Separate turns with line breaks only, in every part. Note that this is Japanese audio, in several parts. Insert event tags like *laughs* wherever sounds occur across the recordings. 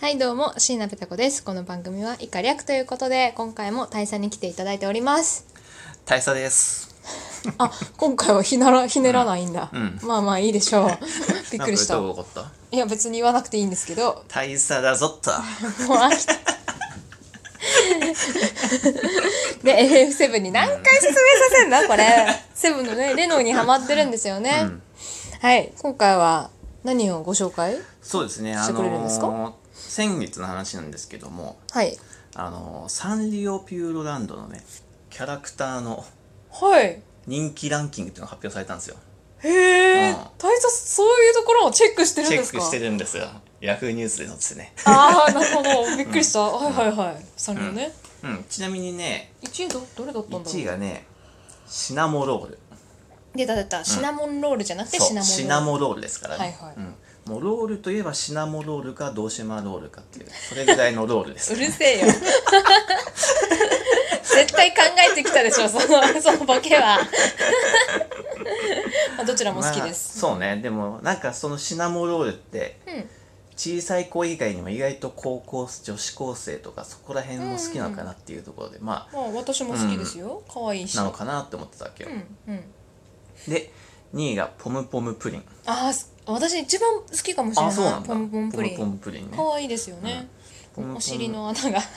はいどうも椎名ペタ子ですこの番組は以下略ということで今回も大佐に来ていただいております
*laughs* 大佐です
あ今回はひならひねらないんだ、
うん
まあまあいいでし
*laughs*
ょうびっくりした
なんかどう怒った
いや別に言わなくていいんですけど
大佐だぞ
*laughs*
った
もう飽きた *laughs* で FF7 に何回説明させんだこれ7のねレノンにハマってるんですよね、
うん
はい今回は何をご紹介
そうですね
し
あ
てくれるんですか
のー先月の話なんですけども
はい
あのーサンリオピューロランドのねキャラクターの
はい
人気ランキングっていうのが発表されたんですよ
へえ、
うん
大佐そういうところをチェックしてるん
チェ
です
ッ
か
クしてるんですよヤフーニュースで載っててね、
ああなるほどびっくりした、はいはいはいサンリオね、
うん、ちなみにね
1位どどれだったんだろ
1
う
位がねシナモロール
出た出たシナモンロールじゃなくて
そう
シナモンロール
シナモロールですからね、
はいはい
うんもうロールといえばシナモロールか道島ロールかっていうそれぐらいのロールです
うるせえ *laughs* よ絶対考えてきたでしょそのそのボケ
*laughs*
はまあどちらも好きです、
まあそうねでもなんかそのシナモロールって
うん
小さい子以外にも意外と高校女子高生とかそこら辺も好きなのかなっていうところで、ま
まあ私も好きですよ、可愛いし
あなのかなって思ってたわけよ、
うんうん
で2位がポムポムプリン
ああす私一番好きかもしれ
あ
ない
そうなんだ
ポンポンプリン
ポムポムプリンね
可愛いですよね、
ポムポム
お尻の穴が
んそ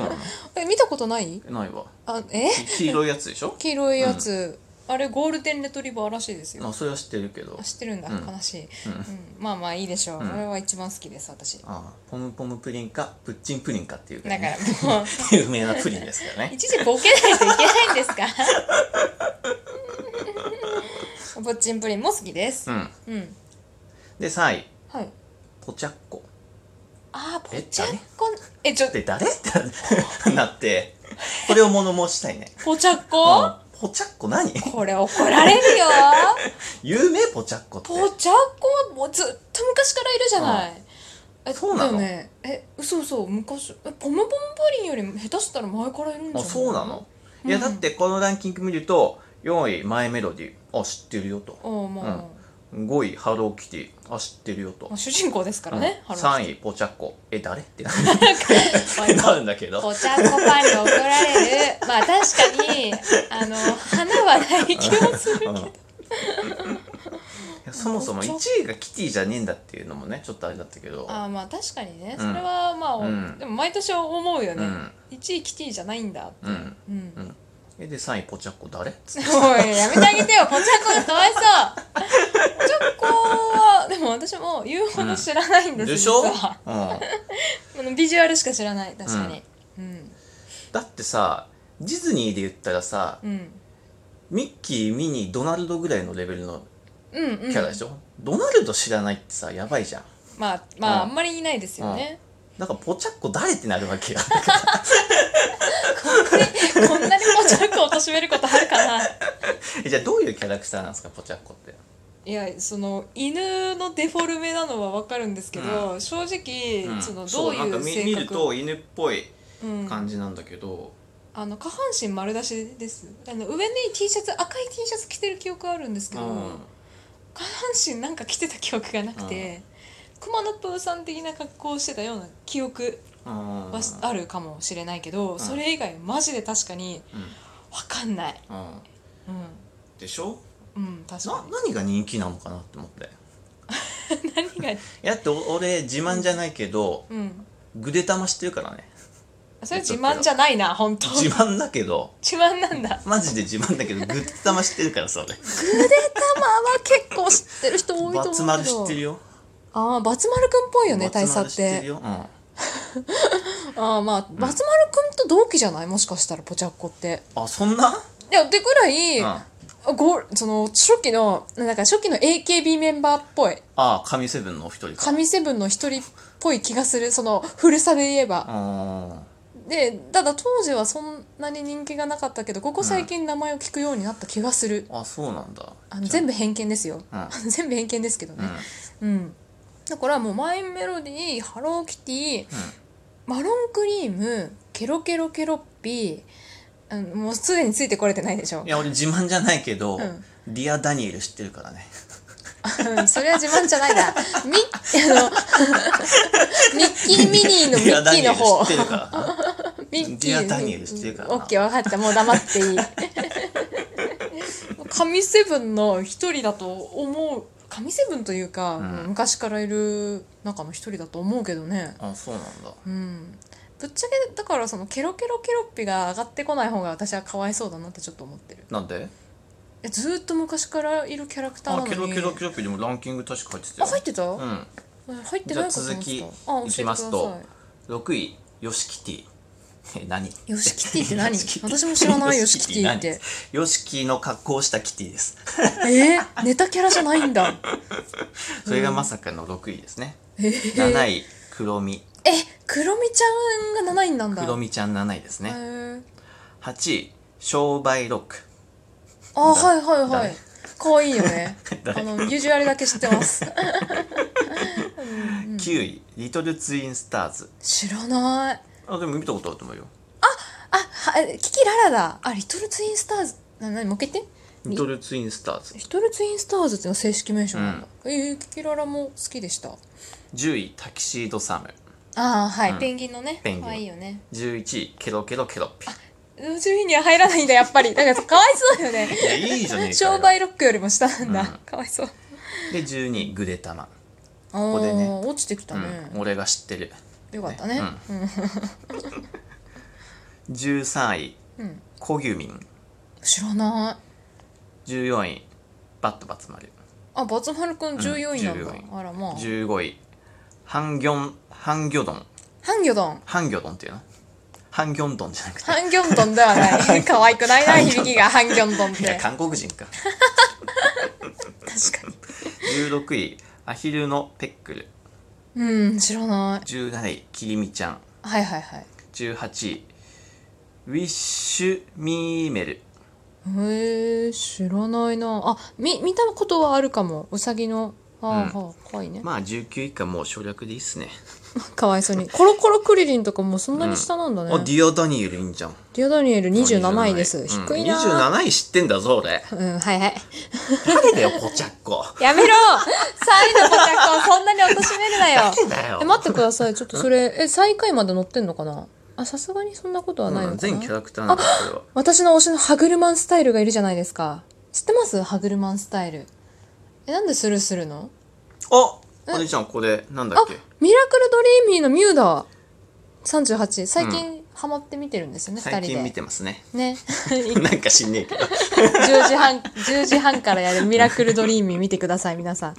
う *laughs* な
え見たことない
のないわ
あえ
黄色いやつでしょ
黄色いやつ、あれゴールデンレトリバーらしいですよ
あそれは知ってるけど
あ知ってるんだ、
うん
悲しい、
うん
うん、まあまあいいでしょう、
うん
これは一番好きです私だか
あポムポムプリンかプッチンプリンかっていうぐ
ら
らいね
もう
*laughs* 有名なプリンですからね
一時ボケないといけないんですかぼっちんプリンも好きです
うん
うん、
で3位
はい
ポチャッコ
あー
え
ぽちゃっこえちょ
って誰って *laughs* なってこれを物申したいね
ぽちゃっこ
うんポチャッコ何 *laughs*
これ怒られるよ
有名ポチャッコって
ぽちゃっこはもうずっと昔からいるじゃない、え
そうな
だ
の
よねえ嘘嘘昔えポムポムプリンよりも下手したら前からいるんじゃな
あ
い
そうなの
うん
いやだってこのランキング見ると4位マイメロディあ知ってるよと
あーまあ、
5位ハローキティあ知ってるよと
まあ、主人公ですからね、ハローキ
3位ポチャッコえ誰っ
*laughs*
てな *laughs*
ティ
なるんだけど
お茶っこパンに怒ら
*laughs*
れるまあ確かにあの花はない気もするけど
うん
*laughs*
いやそもそも
ポチャッコ
1位がキティじゃねえんだっていうのもねちょっとあれだったけど
あーまあ確かにね
う
そ
ん
れはまあ、
うん
でも毎年思うよ
う
ね、
ん
1位キティじゃないんだって
うん
うん、
うんえで3位ポチャッコ誰っつって
おいやめてあげてよポチャッコがかわいそうポチャッコはでも私も言うほど知らないんです
でしょ、う
実
ん、
はあのビジュアルしか知らない確かにうん
だってさディズニーで言ったらさ
うん
ミッキーミニードナルドぐらいのレベルの
うんうん
キャラでしょ、ドナルド知らないってさやばいじゃん
まあまああ
うん
んまりいないですよね、
だからポチャッコ誰ってなるわけよ
*laughs* こんなにもちゃくを貶めることあるかな
えじゃあどういうキャラクターなんですかポチャッコって
いやその犬のデフォルメなのはわかるんですけど、正直、
ん
そのど
そううなん
い
か
う
見
性
見る
格
と犬っぽい
うん
感じなんだけど、
あの下半身丸出しですあの上に T シャツ赤い T シャツ着てる記憶あるんですけ
う
ど、
ん
下半身なんか着てた記憶がなくて、熊野プーさん的な格好をしてたような記憶
うん
はあるかもしれないけど、それ以外マジで確かにわかんない
うんうん
う
でしょ
ん、うん、確
な
か
何が人気なのかなって思って
に何が
いやだってお俺自慢じゃないけど、 *laughs*
うん
ぐでたま知ってるからね
それ自慢じゃないな本当
自慢だけど
自慢
*laughs*
なんだ
マジで自慢だけどぐでたま知ってるからそれ
まあは結構知ってる人多いと思う
バ
けど
ツ丸知ってるよ
ああバツ丸くんっぽいよね大
バツ
佐
丸
っ
知ってる
て
よ、うん、
ああまあバツ丸くんと同期じゃないもしかしたらポチャッコって
あそんな、
いやってくらい、
うん、
あ
あ
ゴーその初期のなんか初期の AKB メンバーっぽい
あ神セブンのお一人か
神セブンの一人っぽい気がするその古さで言えば
あ
でただ当時はそんなに人気がなかったけどここ最近名前を聞くようになった気がする、
ーあそうなんだ
あの全部偏見ですよ、
うん
*laughs* 全部偏見ですけど
うん、
ね、うん、だからもうマイメロディーハローキティ、マロンクリームケロケロケロッピーうんもうすでについてこれてないでしょ *laughs*
いや俺自慢じゃないけど、
うん
ディア・ダニエル知ってるからね
*laughs* うんそれは自慢じゃないなミッあのミッキー・ミキーのミ
ディア・
ッ
ダ
キ
ニ
ー
エル
の
知
方
ってるからな
ミッキ
デ
ー
ィアダニエル知ってるからな
オッケー分かったもう黙っていい神セブンの一人だと思う神セブンというか、
うん
昔からいる中の一人だと思うけどね
あそうなんだ
うんぶっちゃけだからそのケロケロケロッピが上がってこない方が私はかわいそうだなってちょっと思ってる
なんで
えずーっと昔からいるキャラクターな
あ
のに
ケロケロケロピでもランキング確か入ってた
あ
よ
入ってた、
うん
え入ってないかと思ってた
じゃあ続き
あ教えて
いきます
く
と
ださい
6位ヨシキティえ何
ヨシキティって何
ヨシキティ
私も知らないヨシキティっ
*laughs* ヨ
て。
ヨシキの格好をしたキティです
えー、ネタキャラじゃないんだ。
それがまさかの6位ですね、
えー
7位黒み
え、クロミちゃんが7位なんだ。
黒みちゃん7位です
へ
ね
ー
8位商売ロック
あ、
だ
はいはいはい
誰。
可愛いよね。あ
*laughs* 誰
の、ビジュアルだけ知って
*laughs*
ます。うんうん
9位リトルツインスターズ
知らない。
あでも見たことあると思うよ
あ、はキキララだ。あ、リトルツインスターズ。な、なに、もう一回言って。
リトルツインスターズ
リトルツインスターズっていうのは正式名称なんだ。えー、キキララも好きでした。
10位タキシードサム
あーはい、
うん
ペンギンのね。
ペンギン
可愛いよね。11
11位ケロケロケロッピ
順位には入らないんだやっぱりだからかわいそうよね
いやいいじゃねえかよ
商売ロックよりも下なんだ、
うん
かわいそう
で12位グレタマン、
こ
こでね
落ちてきたね、
うん、俺が知ってる
よかったねうん、
13位
うん
コギュミン
知らない
14位バットバツマル
あバツマルくん14位なんだ、
14
あらまあ
15位ハンギョンハンギョドン
ハンギョドン
ハンギョドンっていうのハンギョンドンじゃなくて
ハンギョンドンではない
*laughs*
可愛くないな
ハンギョ
響きがハンギョンドンっ
いや
て
韓国人か
確か
16位アヒルのペックル
にうん知らない
17位キリミちゃん
はいはいはい
18位ウィッシュミーメル
へえ知らないなあみ見たことはあるかもうさぎのはあ、はあ、かわいいね、
まあ19位以下もう省略でいいっすね
かわいそうにコロコロクリリンとかもそんなに下なんだね、
あディアダニエルいいんじゃん
ディアダニエル27位です。
うん
低いな。
27位知ってんだぞ俺
うん、はいはい。
誰だよポチャッコ
やめろ !3 位のポチャッコをそんなに貶としめるなよ
誰だよ
え、待ってください。ちょっとそれ、え、最下位まで乗ってんのかなあ、さすがにそんなことはないの
う
か
ん
な、
全キャラクターなんだこれは
私の推しのハグルマンスタイルがいるじゃないですか。知ってますハグルマンスタイル。え、なんでスルーするの
あお姉ちゃんこれなんだ
あ
っけ、
ミラクルドリーミーのミューだ !38。最近ハマって見てるんですよね、二
最近
人
見
で。
てますね
ね。 *laughs*
*laughs* なんか知んねえけど
10時半、10時半からやるミラクルドリーミー見てください、皆さん。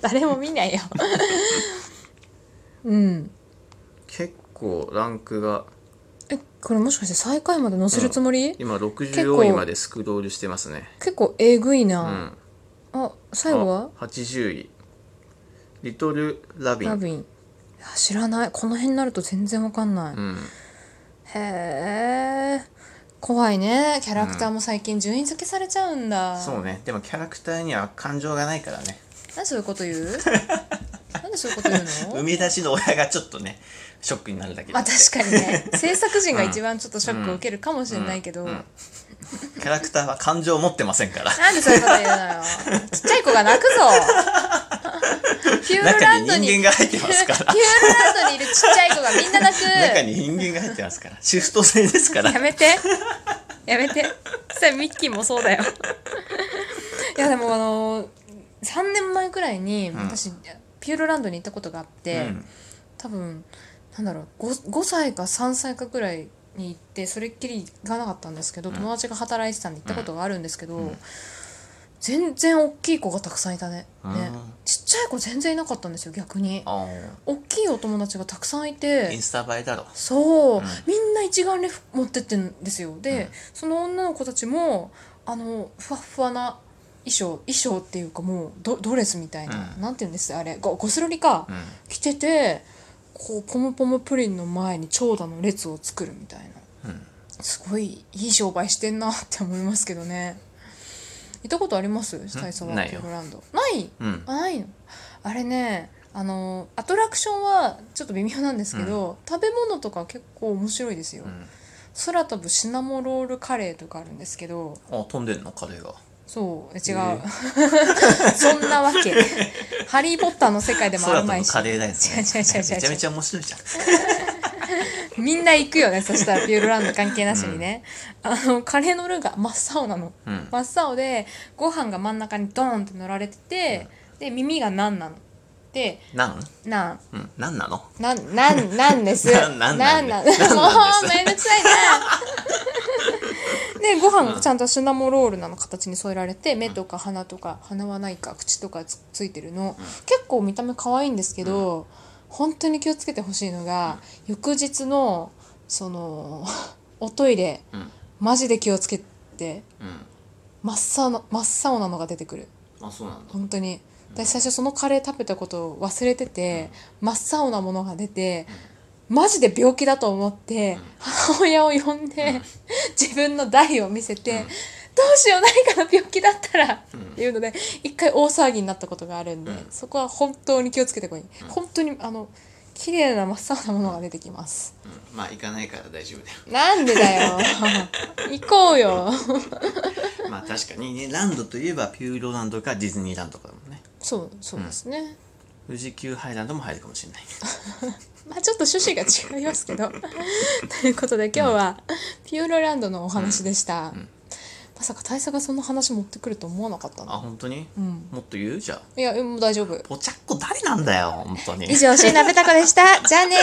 誰も見ないよ。 *laughs* うん。
結構ランクが
え、これもしかして最下位まで載せるつもり、
今
結構
64位までスクロールしてますね
結構えぐいうな。
ん
あ、最後は
あ80位リトル・ラビン
ラビン。いや知らない。この辺になると全然わかんない。
うん
へえ。怖いね。キャラクターも最近順位付けされちゃうんだ。
そうねでもキャラクターには感情がないからね
なんでそういうこと
*laughs*
言うなんでそういうこと言うの
生み出しの親がちょっとねショックになるだけ
ま
だ
あ
って
確かにね制作陣が一番ちょっとショックを受けるかもしれないけど、
うんうんキャラクターは感情を持ってませんから
なんでそういうこと言うのよ。ちっちゃい子が泣くぞ。ピューロラ
*laughs* 中
ンドに、
に
ピュ
人間が入ってますか
ー *laughs* ロ
ら
ランドにいるちっちゃい子がみんな泣
中
く。
に人間が入ってますからシフト制ですから
やめて。やめて。それミッキーもそう
*laughs*
だよ。いやでもあの3年前くらいに
ん
私、ピューロランドに行ったことがあって、
うん
多分なんだろう 5, 5歳か3歳かくらいに行ってそれっきり行かなかったんですけど、友達が働いてたんで行ったことがあるんですけど、全然大きい子がたくさんいたね
うん
ねちっちゃい子全然いなかったんですよ逆に
あ
大きいお友達がたくさんい
ーイ
て
ンスタ映えだろ
そう、
うん
みんな一眼レフ持ってってんですよで、
うん
その女の子たちもあのふわっふわな衣装衣装っていうかもうドドレスみたいな、
うん
なんて言うんですあれゴゴスロリか、
うん
着ててこうポムポムプリンの前に長蛇の列を作るみたいな
うん
すごいいい商売してんなって思いますけどね行ったことあります最初は
ない
ピ
よ
ューロランドない
うん
あないのあれねあのアトラクションはちょっと微妙なんですけど、食べ物とか結構面白いですよ、
うん
空飛ぶシナモロールカレーとかあるんですけど
あ飛んでんのカレーが
そうえ違う、
え
*laughs* そんなわけ「ハリー・ポッター」の世界でもあ
空
る
飛
まい
ぶ
し
カレーライス、ね、
違う違う違う違う
めちゃめちゃ面白いじゃん
みんな行くよねそしたらピューロランド関係なしにね、あのカレーのルーが真っ青なの
うん
真っ青でご飯が真ん中にドーンって乗られてて、で耳が何なので
なん
なん
うんなんなの
なんなんなんです
*laughs* なんなんなん
なん
です
も
なんなん
う *laughs*
です
めんどくさい
*laughs*
なでご飯がちゃんとシュナモロールなの形に添えられて目とか鼻とか鼻はないか口とかつついてるの、結構見た目可愛いんですけど、本当に気をつけてほしいのが、翌日のそのおトイレ
うん
マジで気をつけて
うん
真っ青な真っ青なのが出てくる
あそうなんだ
本当に私最初そのカレー食べたことを忘れてて真っ青なものが出てマジで病気だと思って母親を呼んで自分の台を見せて
うん
どうしよう何かの病気だったらっ
うん
ていうので一回大騒ぎになったことがあるんで
うん
そこは本当に気をつけてこい
ん
本当にあの綺麗な真っ青なものが出てきます
うんまあ行かないから大丈夫だよ
なんでだ
*laughs*
よ行こうよ
まあ確かにねランドといえばピューロランドかディズニーランドかだもんね
そうそうですね
富士急ハイランドも入るかもしれない
まあちょっと趣旨が違いますけ *laughs* どということで今日はピューロランドのお話でした、
ん
まさか大佐がそんな話持ってくると思わなかった
あ
な
本当に
うん
もっと言うじゃあ
いやもう大丈夫
ポチャッコ誰なんだよ本当に
以上椎名べたこでしたじゃあね